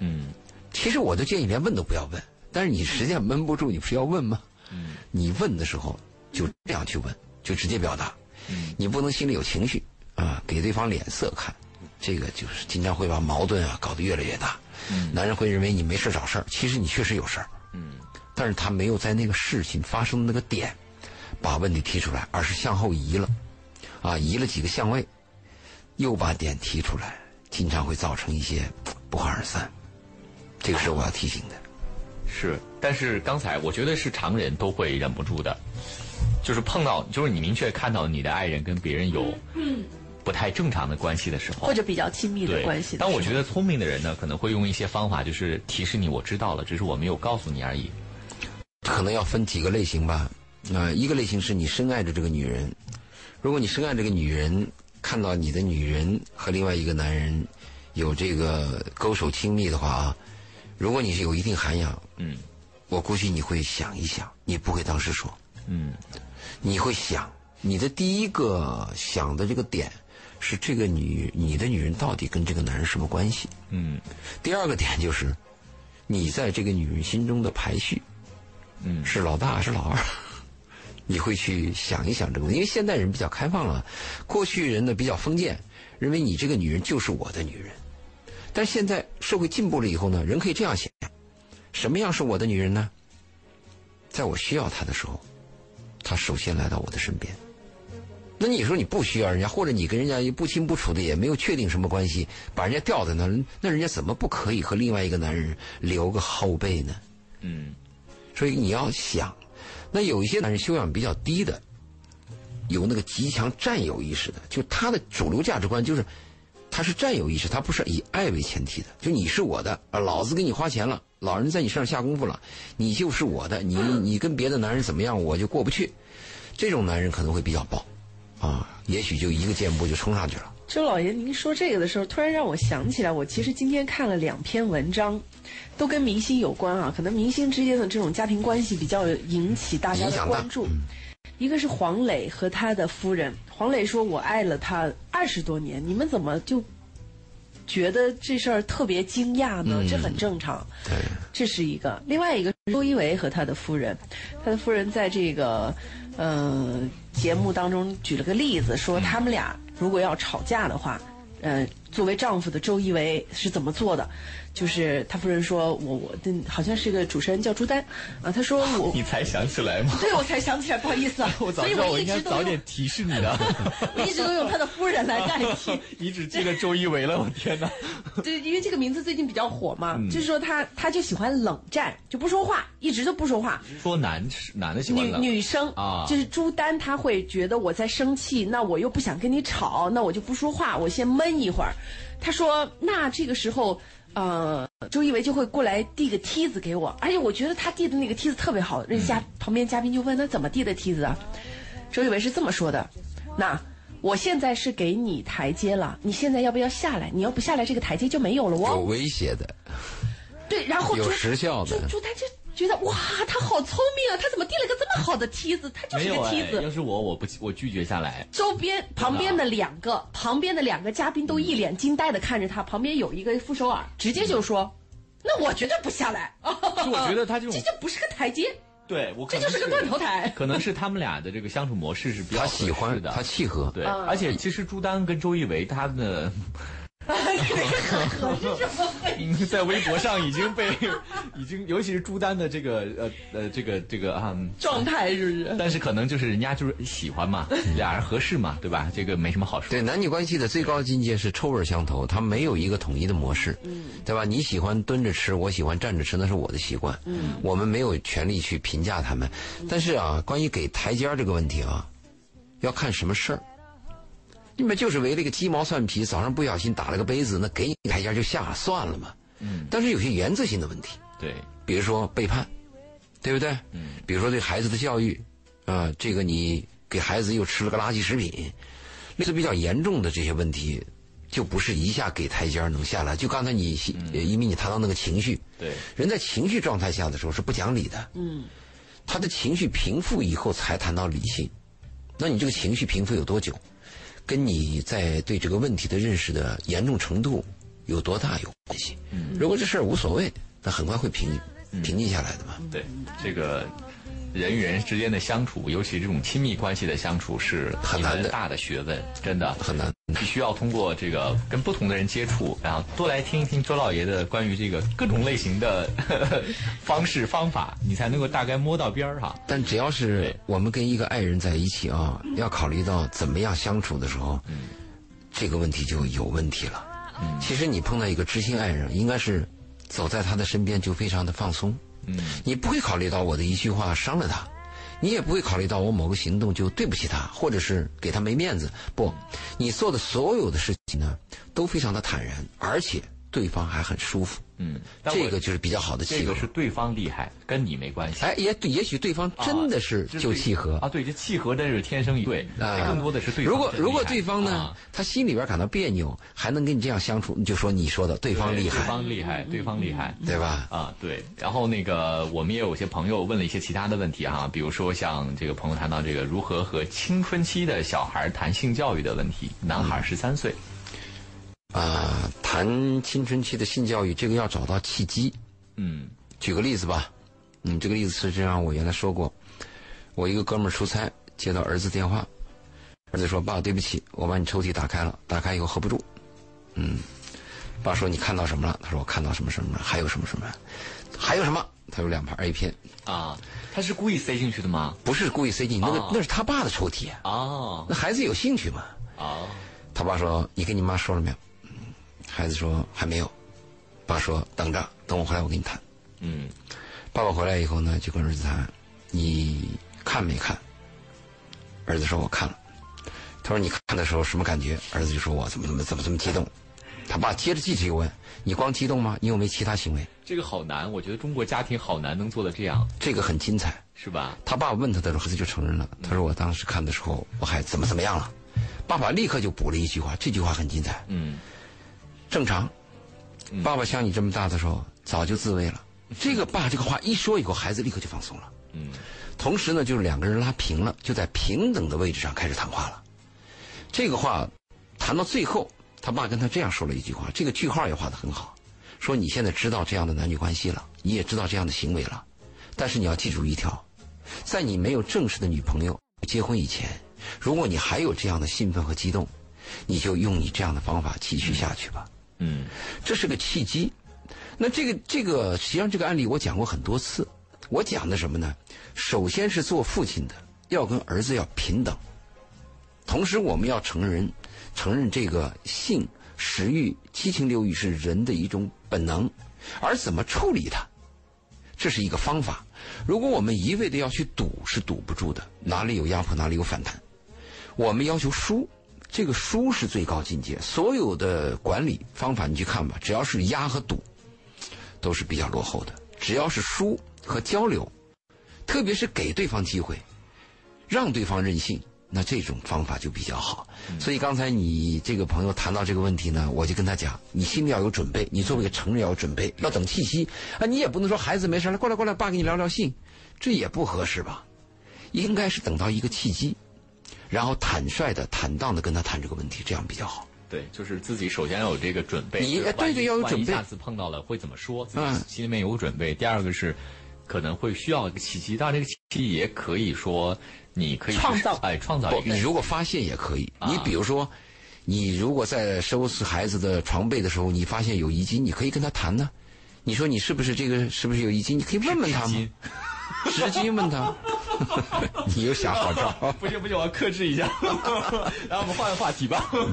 Speaker 4: 嗯
Speaker 3: 其实我都建议连问都不要问，但是你实在闷不住，你不是要问吗？
Speaker 4: 嗯
Speaker 3: 你问的时候就这样去问，就直接表达，
Speaker 4: 嗯
Speaker 3: 你不能心里有情绪啊，给对方脸色看，这个就是经常会把矛盾啊搞得越来越大。
Speaker 4: 嗯
Speaker 3: 男人会认为你没事找事儿，其实你确实有事儿，
Speaker 4: 嗯
Speaker 3: 但是他没有在那个事情发生的那个点把问题提出来，而是向后移了，啊，移了几个相位，又把点提出来，经常会造成一些不欢而散。这个是我要提醒的。
Speaker 4: 是。但是刚才我觉得是常人都会忍不住的，就是碰到，就是你明确看到你的爱人跟别人有不太正常的关系的时候
Speaker 2: 嗯或。者比较亲密的
Speaker 4: 对
Speaker 2: 关系的时候。
Speaker 4: 但我觉得聪明的人呢，可能会用一些方法，就是提示你我知道了，只是我没有告诉你而已。
Speaker 3: 可能要分几个类型吧。呃，一个类型是你深爱着这个女人，如果你深爱这个女人，看到你的女人和另外一个男人有这个勾手亲密的话啊，如果你是有一定涵养，
Speaker 4: 嗯
Speaker 3: 我估计你会想一想，你不会当时说，
Speaker 4: 嗯，
Speaker 3: 你会想，你的第一个想的这个点是这个女你的女人到底跟这个男人什么关系？
Speaker 4: 嗯
Speaker 3: 第二个点就是，你在这个女人心中的排序，
Speaker 4: 嗯
Speaker 3: 是老大是老二， [LAUGHS] 你会去想一想这个问题，因为现代人比较开放了，过去人呢比较封建，认为你这个女人就是我的女人，但是现在社会进步了以后呢，人可以这样想，什么样是我的女人呢？在我需要她的时候，她首先来到我的身边。那你说你不需要人家，或者你跟人家也不清不楚的，也没有确定什么关系，把人家吊在那儿，那人家怎么不可以和另外一个男人留个后背呢？
Speaker 4: 嗯。
Speaker 3: 所以你要想，那有一些男人修养比较低的，有那个极强占有意识的，就他的主流价值观就是他是占有意识，他不是以爱为前提的，就你是我的，啊，老子给你花钱了，老人在你身上下功夫了，你就是我的，你你跟别的男人怎么样，我就过不去。这种男人可能会比较暴，啊，也许就一个箭步就冲上去了。
Speaker 2: 周老爷，您说这个的时候，突然让我想起来，我其实今天看了两篇文章，都跟明星有关啊。可能明星之间的这种家庭关系比较引起大家
Speaker 3: 影
Speaker 2: 的
Speaker 3: 响大嗯
Speaker 2: 关注。一个是黄磊和他的夫人，黄磊说：“我爱了他二十多年，你们怎么就觉得这事儿特别惊讶呢？
Speaker 3: 嗯
Speaker 2: 这很正常。”
Speaker 3: 对，
Speaker 2: 这是一个。另外一个是周一围和他的夫人，他的夫人在这个呃节目当中举了个例子，说他们俩如果要吵架的话，呃，作为丈夫的周一围是怎么做的？就是他夫人说，我我嗯好像是个主持人叫朱丹啊，他说我
Speaker 4: [LAUGHS] 你才想起来吗？
Speaker 2: 对，我才想起来，不好意思啊，
Speaker 4: [LAUGHS] 我早
Speaker 2: 所以
Speaker 4: 知道
Speaker 2: 我
Speaker 4: 我
Speaker 2: 一
Speaker 4: 应该
Speaker 2: 直都
Speaker 4: 早
Speaker 2: 用
Speaker 4: 点，提示你的。
Speaker 2: 我一直都用他的夫人来代
Speaker 4: [LAUGHS]
Speaker 2: 替。
Speaker 4: 哎你只记得周一围了，我天哪！
Speaker 2: 对，因为这个名字最近比较火嘛，
Speaker 4: 嗯
Speaker 2: 就是说他他就喜欢冷战，就不说话，一直都不说话，
Speaker 4: 说男男的喜欢
Speaker 2: 女
Speaker 4: 冷，
Speaker 2: 女生
Speaker 4: 啊
Speaker 2: 就是朱丹，她会觉得我在生气，那我又不想跟你吵，那我就不说话，我先闷一会儿。她说，那这个时候，呃，周一围就会过来递个梯子给我，而且我觉得他递的那个梯子特别好。人家旁边嘉宾就问那怎么递的梯子啊？周一围是这么说的：那我现在是给你台阶了，你现在要不要下来？你要不下来，这个台阶就没有了
Speaker 3: 有
Speaker 2: 哦。
Speaker 3: 威胁的，
Speaker 2: 对，然后
Speaker 3: 有
Speaker 2: 朱
Speaker 3: 时效的
Speaker 2: 朱朱丹就觉得哇，他好聪明啊，他怎么递了个这么好的梯子？他就
Speaker 4: 没
Speaker 2: 是
Speaker 4: 有
Speaker 2: 个
Speaker 4: 哎
Speaker 2: 梯子。
Speaker 4: 要是我，我不我拒绝下来。
Speaker 2: 周边旁边的两个旁边的两个嘉宾都一脸惊呆的看着他，旁边有一个傅首尔直接就说：“那我绝对不下来。”啊
Speaker 4: 就我觉得他这
Speaker 2: 哦这
Speaker 4: 种
Speaker 2: 就不是个台阶，
Speaker 4: 对我可
Speaker 2: 这
Speaker 4: 能
Speaker 2: 就是个断头台。
Speaker 4: 可能是他们俩的这个相处模式是比较
Speaker 3: 他喜
Speaker 4: 合
Speaker 3: 欢
Speaker 4: 适的，
Speaker 3: 他契合，
Speaker 4: 对，
Speaker 2: 嗯
Speaker 4: 而且其实朱丹跟周一围他们
Speaker 2: [LAUGHS]
Speaker 4: 的嗯 [LAUGHS] 在微博上已经被已经，尤其是朱丹的这个呃呃这个这个啊。嗯
Speaker 2: [LAUGHS] 状态是不
Speaker 3: [LAUGHS]
Speaker 2: 是？
Speaker 4: 但是可能就是人家就是喜欢嘛，俩人合适嘛，对吧？这个没什么好说。
Speaker 3: 对男女关系的最高境界是臭味相投，它没有一个统一的模式，
Speaker 4: 嗯
Speaker 3: 对吧？你喜欢蹲着吃，我喜欢站着吃，那是我的习惯，
Speaker 4: 嗯
Speaker 3: 我们没有权利去评价他们。但是啊，关于给台阶儿这个问题啊，要看什么事儿。你们就是为了一个鸡毛蒜皮，早上不小心打了个杯子，那给你台阶儿就下了算了嘛。
Speaker 4: 嗯
Speaker 3: 但是有些原则性的问题，
Speaker 4: 对，
Speaker 3: 比如说背叛，对不对？嗯。比如说对孩子的教育，啊、这个你给孩子又吃了个垃圾食品，类似比较严重的这些问题，就不是一下给台阶儿能下来。就刚才你呃一鸣你谈到那个情绪，
Speaker 4: 对
Speaker 3: 人在情绪状态下的时候是不讲理的。嗯。他的情绪平复以后才谈到理性，那你这个情绪平复有多久，跟你在对这个问题的认识的严重程度有多大有关系。如果这事儿无所谓，那很快会平平静下来的嘛。
Speaker 4: 对，这个人与人之间的相处，尤其这种亲密关系的相处，是
Speaker 3: 很难的
Speaker 4: 一门大的学问，真的
Speaker 3: 很难。
Speaker 4: 必须要通过这个跟不同的人接触，然后多来听一听周老爷的关于这个各种类型
Speaker 3: [LAUGHS]
Speaker 4: 的方式方法，你才能够大概摸到边儿哈。
Speaker 3: 但只要是我们跟一个爱人在一起啊，
Speaker 4: 嗯
Speaker 3: 要考虑到怎么样相处的时候，这个问题就有问题了。
Speaker 4: 嗯
Speaker 3: 其实你碰到一个知心爱人，应该是走在他的身边就非常的放松。
Speaker 4: 嗯
Speaker 3: 你不会考虑到我的一句话伤了他，你也不会考虑到我某个行动就对不起他，或者是给他没面子。不，你做的所有的事情呢，都非常的坦然，而且对方还很舒服。
Speaker 4: 嗯，但我
Speaker 3: 这个就是比较好的
Speaker 4: 这
Speaker 3: 契合
Speaker 4: 个。是对方厉害，跟你没关系。
Speaker 3: 哎，也也许对方真的是
Speaker 4: 这
Speaker 3: 就契合。
Speaker 4: 啊，对，这契合真是天生一对，
Speaker 3: 啊
Speaker 4: 更多的是对方真厉害。
Speaker 3: 如果如果对方呢，
Speaker 4: 啊
Speaker 3: 他心里边感到别扭，还能跟你这样相处，你就说你说的对方厉
Speaker 4: 对
Speaker 3: 害，嗯
Speaker 4: 方厉害，对方厉害。
Speaker 3: 对吧？
Speaker 4: 啊，对，然后那个我们也有些朋友问了一些其他的问题哈、比如说像这个朋友谈到这个如何和青春期的小孩谈性教育的问题，男孩十三岁，
Speaker 3: 啊、谈青春期的性教育，这个要找到契机。
Speaker 4: 嗯
Speaker 3: 举个例子吧，嗯，这个例子是这样，我原来说过，我一个哥们儿出差接到儿子电话，儿子说：“爸，对不起，我把你抽屉打开了，打开以后 hold 不住。”嗯，爸说：“你看到什么了？”他说：“我看到什么什么了，还有什么什么，还有什么？”他有两盘 A 片，
Speaker 4: 啊，他是故意塞进去的吗？
Speaker 3: 不是故意塞进，那个、
Speaker 4: 哦
Speaker 3: 那是他爸的抽屉啊，
Speaker 4: 哦
Speaker 3: 那孩子有兴趣嘛？
Speaker 4: 哦，
Speaker 3: 他爸说：“你跟你妈说了没有？”嗯孩子说：“还没有。”爸说：“等着，等我回来我跟你谈。”
Speaker 4: 嗯
Speaker 3: 爸爸回来以后呢，就跟儿子谈：“你看没看？”儿子说：“我看了。”他说：“你看的时候什么感觉？”儿子就说：“我怎么怎么怎么这么激动？”他爸接着继续问：“你光激动吗？你有没有其他行为
Speaker 4: 这个好难，我觉得中国家庭好难能做到这样，？”
Speaker 3: 这个很精彩。
Speaker 4: 是吧？
Speaker 3: 他爸问他的时候，儿子就承认了。他说：“我当时看的时候，我还怎么怎么样了？”爸爸立刻就补了一句话，这句话很精彩。
Speaker 4: 嗯，
Speaker 3: 正常。爸爸像你这么大的时候，早就自慰了。这个爸这个话一说以后，孩子立刻就放松了。
Speaker 4: 嗯，
Speaker 3: 同时呢，就是两个人拉平了，就在平等的位置上开始谈话了。这个话谈到最后，他爸跟他这样说了一句话，这个句号也画得很好，说你现在知道这样的男女关系了，你也知道这样的行为了，但是你要记住一条，在你没有正式的女朋友结婚以前，如果你还有这样的兴奋和激动，你就用你这样的方法继续下去吧。
Speaker 4: 嗯
Speaker 3: 这是个契机。那这个这个，实际上这个案例我讲过很多次。我讲的什么呢？首先是做父亲的要跟儿子要平等，同时我们要承认，承认这个性、食欲、七情六欲是人的一种本能，而怎么处理它，这是一个方法。如果我们一味的要去堵，是堵不住的，哪里有压迫，哪里有反弹。我们要求输，这个输是最高境界。所有的管理方法你去看吧，只要是压和赌，都是比较落后的。只要是输和交流，特别是给对方机会，让对方任性，那这种方法就比较好。所以刚才你这个朋友谈到这个问题呢，我就跟他讲，你心里要有准备，你作为一个成人要有准备，要等气息啊，你也不能说孩子没事儿来过来过来，爸跟你聊聊性，这也不合适吧？应该是等到一个契机，然后坦率的、坦荡的跟他谈这个问题，这样比较好。
Speaker 4: 对，就是自己首先要有这个准备。
Speaker 3: 你
Speaker 4: 就是万
Speaker 3: 对
Speaker 4: 一
Speaker 3: 对要有
Speaker 4: 万一
Speaker 3: 准备
Speaker 4: 下次碰到了会怎么说？自
Speaker 3: 嗯
Speaker 4: 己心里面有个准备。第二个是，可能会需要一个契机，当然这个契机也可以说，你可以去
Speaker 2: 创造
Speaker 4: 哎，创造
Speaker 3: 不
Speaker 4: 一，个
Speaker 3: 你如果发现也可以。
Speaker 4: 啊
Speaker 3: 你比如说，你如果在收拾孩子的床被的时候，你发现有遗精，你可以跟他谈呢。你说你是不是这个是不是有遗精？你可以问问
Speaker 4: 契
Speaker 3: 他嘛
Speaker 4: 机，。
Speaker 3: [LAUGHS] 直接问他。 [LAUGHS] 你又想好招。 [LAUGHS]
Speaker 4: 不行不行，我要克制一下。 [LAUGHS] 来，我们换个话题吧。
Speaker 3: 嗯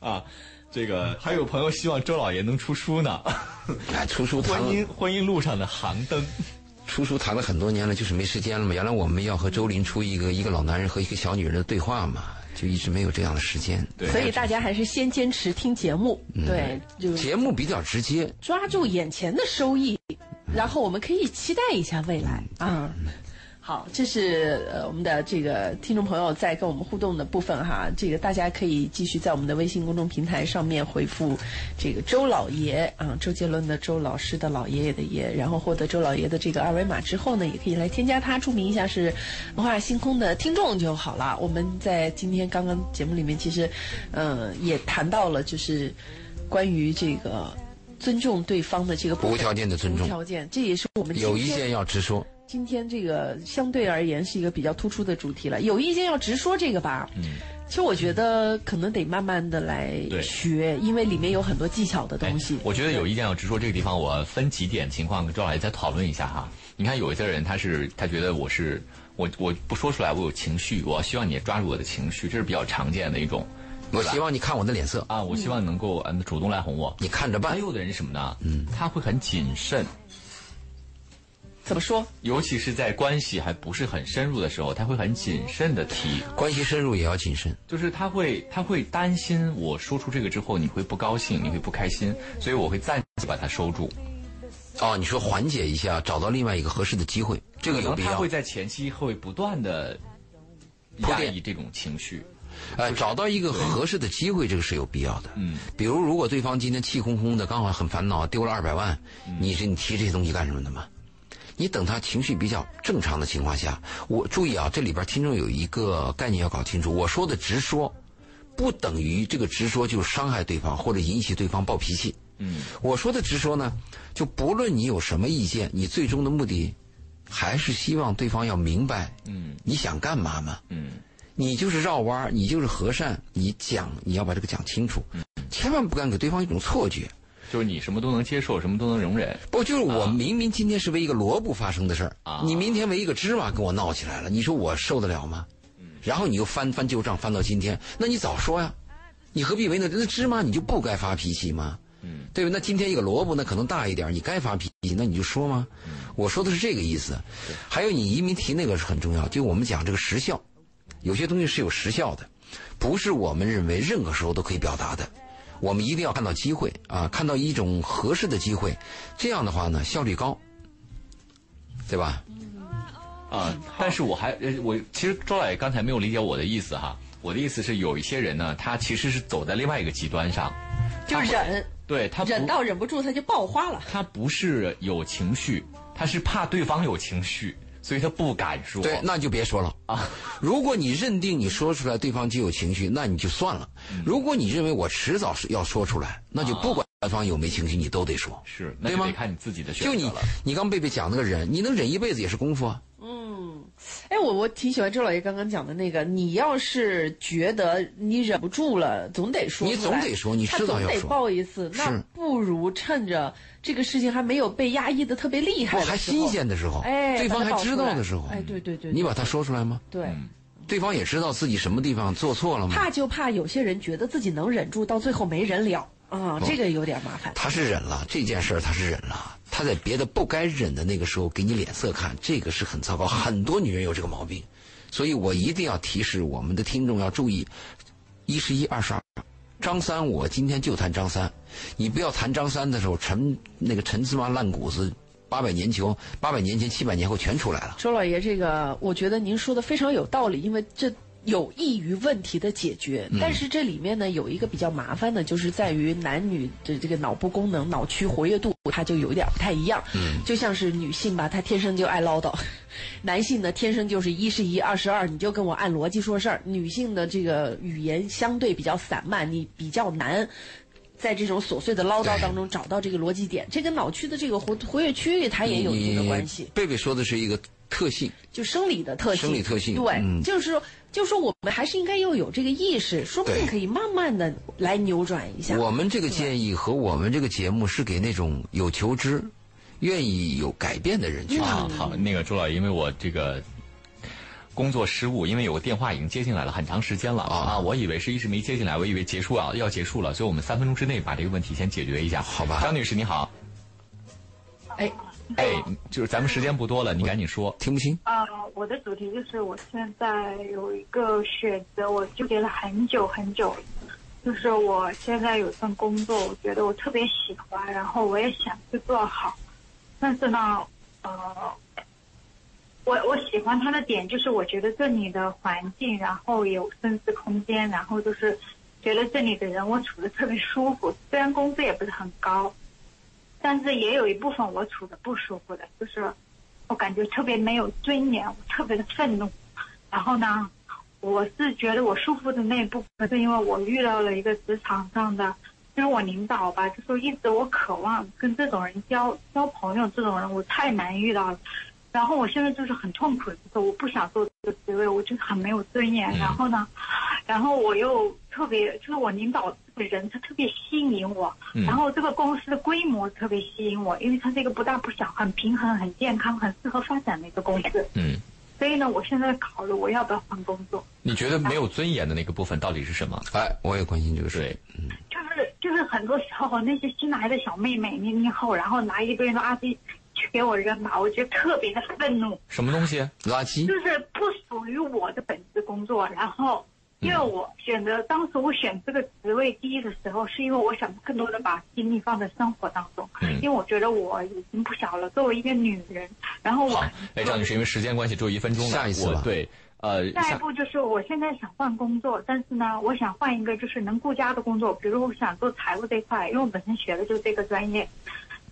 Speaker 4: [LAUGHS] 啊，这个还有朋友希望周老爷能出书呢，
Speaker 3: 哎，出
Speaker 4: [LAUGHS]
Speaker 3: 书
Speaker 4: 婚
Speaker 3: 谈
Speaker 4: 姻婚姻路上的航灯。
Speaker 3: 出书谈了很多年了，就是没时间了嘛。原来我们要和周林出一个一个老男人和一个小女人的对话嘛，就一直没有这样的时间。
Speaker 4: 对
Speaker 2: 所以大家还是先坚持听节目，
Speaker 3: 嗯
Speaker 2: 对，就是
Speaker 3: 节目比较直接，
Speaker 2: 抓住眼前的收益，然后我们可以期待一下未来啊。好，这是呃我们的这个听众朋友在跟我们互动的部分哈，这个大家可以继续在我们的微信公众平台上面回复这个周老爷啊，周杰伦的周老师的老爷爷的爷，然后获得周老爷的这个二维码之后呢，也可以来添加他，注明一下是文化星空的听众就好了。我们在今天刚刚节目里面其实，嗯，也谈到了就是关于这个尊重对方的这个部分
Speaker 3: 无条件的尊重
Speaker 2: 无条件，这也是我们今
Speaker 3: 有意
Speaker 2: 天
Speaker 3: 见要直说。
Speaker 2: 今天这个相对而言是一个比较突出的主题了。有意见要直说这个吧。嗯，其实我觉得可能得慢慢的来
Speaker 4: 对
Speaker 2: 学，因为里面有很多技巧的东西。
Speaker 4: 哎
Speaker 3: 哎
Speaker 4: 我觉得有意见要直说，这个地方我分几点情况跟周老爷再讨论一下哈。你看有一些人他是他觉得我是我我不说出来我有情绪，我希望你抓住我的情绪，这是比较常见的一种
Speaker 3: 我希望你看我的脸色，
Speaker 4: 啊。我希望能够嗯主动来哄我。
Speaker 3: 你看着
Speaker 4: 还
Speaker 3: 办。
Speaker 4: 有的人是什么呢？嗯，他会很谨慎，
Speaker 2: 怎么说？
Speaker 4: 尤其是在关系还不是很深入的时候，他会很谨慎的提，
Speaker 3: 关系深入也要谨慎。
Speaker 4: 就是他会他会担心我说出这个之后你会不高兴，你会不开心，所以我会暂时把它收住。
Speaker 3: 哦，你说缓解一下，找到另外一个合适的机会，这个
Speaker 4: 可
Speaker 3: 有
Speaker 4: 能
Speaker 3: 必
Speaker 4: 他
Speaker 3: 要
Speaker 4: 会。在前期会不断的
Speaker 3: 铺
Speaker 4: 压
Speaker 3: 垫
Speaker 4: 抑这种情绪。
Speaker 3: 呃，找到一个合适的机会，这个是有必要的。
Speaker 4: 嗯，
Speaker 3: 比如如果对方今天气哄哄的，刚好很烦恼，丢了二百万，
Speaker 4: 嗯
Speaker 3: 你这你提这些东西干什么的嘛？你等他情绪比较正常的情况下，我注意啊，这里边听众有一个概念要搞清楚，我说的直说，不等于这个直说就伤害对方或者引起对方暴脾气。
Speaker 4: 嗯，
Speaker 3: 我说的直说呢，就不论你有什么意见，你最终的目的还是希望对方要明白，
Speaker 4: 嗯，
Speaker 3: 你想干嘛嘛？
Speaker 4: 嗯，
Speaker 3: 你就是绕弯儿，你就是和善，你讲你要把这个讲清楚，千万不敢给对方一种错觉。
Speaker 4: 就是你什么都能接受，什么都能容忍。
Speaker 3: 不就是我明明今天是为一个萝卜发生的事儿，
Speaker 4: 啊
Speaker 3: 你明天为一个芝麻跟我闹起来了，你说我受得了吗？
Speaker 4: 嗯
Speaker 3: 然后你又翻翻旧账，翻到今天，那你早说呀，你何必为那那芝麻你就不该发脾气吗？
Speaker 4: 嗯，
Speaker 3: 对吧？那今天一个萝卜，那可能大一点，你该发脾气，那你就说吗？
Speaker 4: 嗯
Speaker 3: 我说的是这个意思。还有你移民题那个是很重要，就我们讲这个时效，有些东西是有时效的，不是我们认为任何时候都可以表达的。我们一定要看到机会啊，看到一种合适的机会，这样的话呢，效率高，对吧？
Speaker 4: 啊、但是我还呃，我其实周老爷刚才没有理解我的意思哈。我的意思是，有一些人呢，他其实是走在另外一个极端上，
Speaker 2: 就忍，
Speaker 4: 对他不
Speaker 2: 忍到忍不住他就爆发了。
Speaker 4: 他不是有情绪，他是怕对方有情绪，所以他不敢说。
Speaker 3: 对，那就别说了啊。如果你认定你说出来对方就有情绪，那你就算了；
Speaker 2: 嗯
Speaker 3: 如果你认为我迟早是要说出来，那就
Speaker 2: 啊
Speaker 3: 不管对方有没情绪，你都得说。
Speaker 4: 是，那
Speaker 3: 对
Speaker 4: 就
Speaker 3: 吗
Speaker 4: 得看你自己的选
Speaker 3: 就
Speaker 4: 择
Speaker 3: 你
Speaker 4: 了。，
Speaker 3: 你刚贝贝讲那个人，你能忍一辈子也是功夫啊。
Speaker 2: 哎，我我挺喜欢周老爷刚刚讲的那个，你要是觉得你忍不住了，总得说出来，
Speaker 3: 你总得说你
Speaker 2: 他
Speaker 3: 迟早
Speaker 2: 总
Speaker 3: 要
Speaker 2: 得
Speaker 3: 说
Speaker 2: 爆一次，那
Speaker 3: 是
Speaker 2: 不如趁着这个事情还没有被压抑的特别厉害的
Speaker 3: 我
Speaker 2: 时候，
Speaker 3: 哦还新鲜的时候，
Speaker 2: 哎，
Speaker 3: 对方
Speaker 2: 把它
Speaker 3: 还
Speaker 2: 爆
Speaker 3: 知
Speaker 2: 出
Speaker 3: 道
Speaker 2: 来
Speaker 3: 的时候，
Speaker 2: 哎，对对对，
Speaker 3: 你把他说出来吗？
Speaker 2: 对。
Speaker 3: 对方也知道自己什么地方做错了吗？
Speaker 2: 怕就怕有些人觉得自己能忍住，到最后没人聊啊、这个有点麻烦。
Speaker 3: 他是忍了这件事儿，他是忍了。他在别的不该忍的那个时候给你脸色看，这个是很糟糕。很多女人有这个毛病，所以我一定要提示我们的听众要注意：一是一，二是二。张三，我今天就谈张三，你不要谈张三的时候陈那个陈芝麻烂谷子，八百年前八百年前七百年后全出来了。
Speaker 2: 周老爷，这个我觉得您说的非常有道理，因为这有益于问题的解决。但是这里面呢，有一个比较麻烦的，就是在于男女的这个脑部功能、脑区活跃度，它就有点不太一样。嗯，就像是女性吧，她天生就爱唠叨；男性呢，天生就是一是一，二是二，你就跟我按逻辑说事儿。女性的这个语言相对比较散漫，你比较难。在这种琐碎的唠叨当中找到这个逻辑点，这跟脑区的这个活活跃区域它也有一定的关系。
Speaker 3: 贝贝说的是一个特性，
Speaker 2: 就生理的特性，
Speaker 3: 生理特性
Speaker 2: 对，
Speaker 3: 嗯
Speaker 2: 就是说，就是说，我们还是应该要有这个意识，说不定
Speaker 3: 对
Speaker 2: 可以慢慢的来扭转一下。
Speaker 3: 我们这个建议和我们这个节目是给那种有求知、愿意有改变的人
Speaker 2: 嗯
Speaker 3: 去
Speaker 4: 啊，好，
Speaker 3: 嗯
Speaker 4: 那个周老爷，因为我这个工作失误，因为有个电话已经接进来了，很长时间了
Speaker 3: 啊
Speaker 4: 啊，我以为是一直没接进来，我以为结束啊 [LAUGHS] 要结束了，所以我们三分钟之内把这个问题先解决一下，好
Speaker 3: 吧
Speaker 4: 张女士你好，
Speaker 2: 哎，
Speaker 4: 哎，就是咱们时间不多了，你赶紧说。
Speaker 3: 听不清。
Speaker 5: 啊、我的主题就是我现在有一个选择，我纠结了很久很久，就是我现在有一份工作，我觉得我特别喜欢，然后我也想去做好，但是呢，呃，我我喜欢它的点就是我觉得这里的环境，然后有升值空间，然后就是觉得这里的人我处的特别舒服，虽然工资也不是很高，但是也有一部分我处的不舒服的，就是我感觉特别没有尊严，我特别的愤怒。然后呢，我是觉得我舒服的那一部分，是因为我遇到了一个职场上的，就是我领导吧，就说一直我渴望跟这种人交交朋友，这种人我太难遇到了。然后我现在就是很痛苦，就是我不想做这个职位，我就是很没有尊严。然后呢，然后我又特别，就是我领导这个人，他特别吸引我。
Speaker 4: 嗯
Speaker 5: 然后这个公司的规模特别吸引我，因为它是一个不大不小、很平衡、很健康、很适合发展的一个公司。
Speaker 4: 嗯，
Speaker 5: 所以呢，我现在考虑我要不要换工作，
Speaker 4: 你觉得没有尊严的那个部分到底是什么？
Speaker 3: 哎，我也关心这个事。
Speaker 4: 对，
Speaker 5: 就是就是很多时候那些新来的小妹妹零零后，然后拿一堆垃圾去给我扔吧，我觉得特别的愤怒，
Speaker 4: 什么东西？
Speaker 3: 垃
Speaker 4: 嗯
Speaker 3: 圾
Speaker 5: 就。是不属于我的本职工作。然后，因为我选择当时我选这个职位第一的时候，是因为我想更多的把精力放在生活当中，
Speaker 4: 嗯
Speaker 5: 因为我觉得我已经不小了，作为一个女人，然后我
Speaker 4: 好，哎，张女士，因为时间关系，只有一分钟了，
Speaker 3: 下一次吧
Speaker 4: 我对，呃，
Speaker 5: 下一步就是我现在想换工作，但是呢，我想换一个就是能顾家的工作，比如我想做财务这一块，因为我本身学的就是这个专业。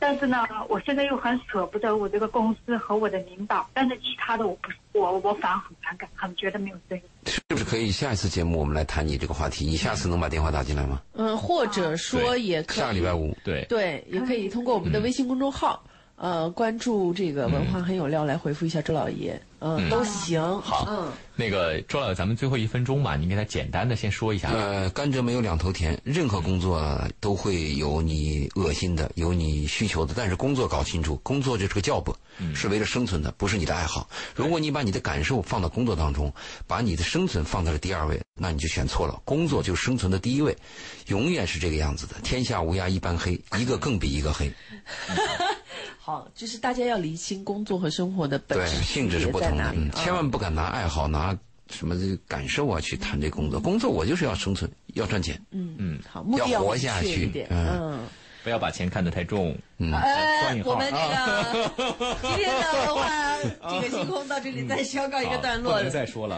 Speaker 5: 但是呢，我现在又很舍不得我这个公司和我的领导，但是其他的我不，我我反而很反感，很觉得没有尊严。
Speaker 3: 是不是可以下一次节目我们来谈你这个话题？你下次能把电话打进来吗？
Speaker 2: 嗯，或者说
Speaker 4: 对
Speaker 2: 也可以
Speaker 3: 下个礼拜五，嗯
Speaker 4: 对，
Speaker 2: 对，也可以通过我们的微信公众号，呃，关注这个“文化很有料”来回复一下周老爷，嗯，都行。
Speaker 4: 好
Speaker 2: 嗯，
Speaker 4: 那个周老师，咱们最后一分钟吧，您给他简单的先说一下。
Speaker 3: 呃，甘蔗没有两头甜，任何工作都会有你恶心的，有你需求的，但是工作搞清楚，工作就是个 job，、是为了生存的，不是你的爱好。如果你把你的感受放到工作当中，把你的生存放在了第二位，那你就选错了。工作就是生存的第一位，永远是这个样子的。天下无涯一般黑，一个更比一个黑。
Speaker 2: 好，就是大家要厘清工作和生活的本
Speaker 3: 对，
Speaker 2: 质
Speaker 3: 性质是不
Speaker 2: 在
Speaker 3: 同
Speaker 2: 哪
Speaker 3: 的，
Speaker 2: 里啊
Speaker 3: 嗯，千万不敢拿爱好、拿什么这个感受啊去谈这工作。工作我就是要生存，要赚钱。
Speaker 2: 嗯好，目的
Speaker 3: 要活
Speaker 2: 明
Speaker 3: 下
Speaker 2: 确
Speaker 3: 去
Speaker 2: 一点，
Speaker 3: 嗯
Speaker 2: 嗯。
Speaker 4: 不要把钱看得太重。双
Speaker 2: 呃
Speaker 4: 引，号
Speaker 2: 我们这个今天的文化这个星空到这里再宣告一个段
Speaker 4: 不
Speaker 2: 落
Speaker 4: 能。再说了。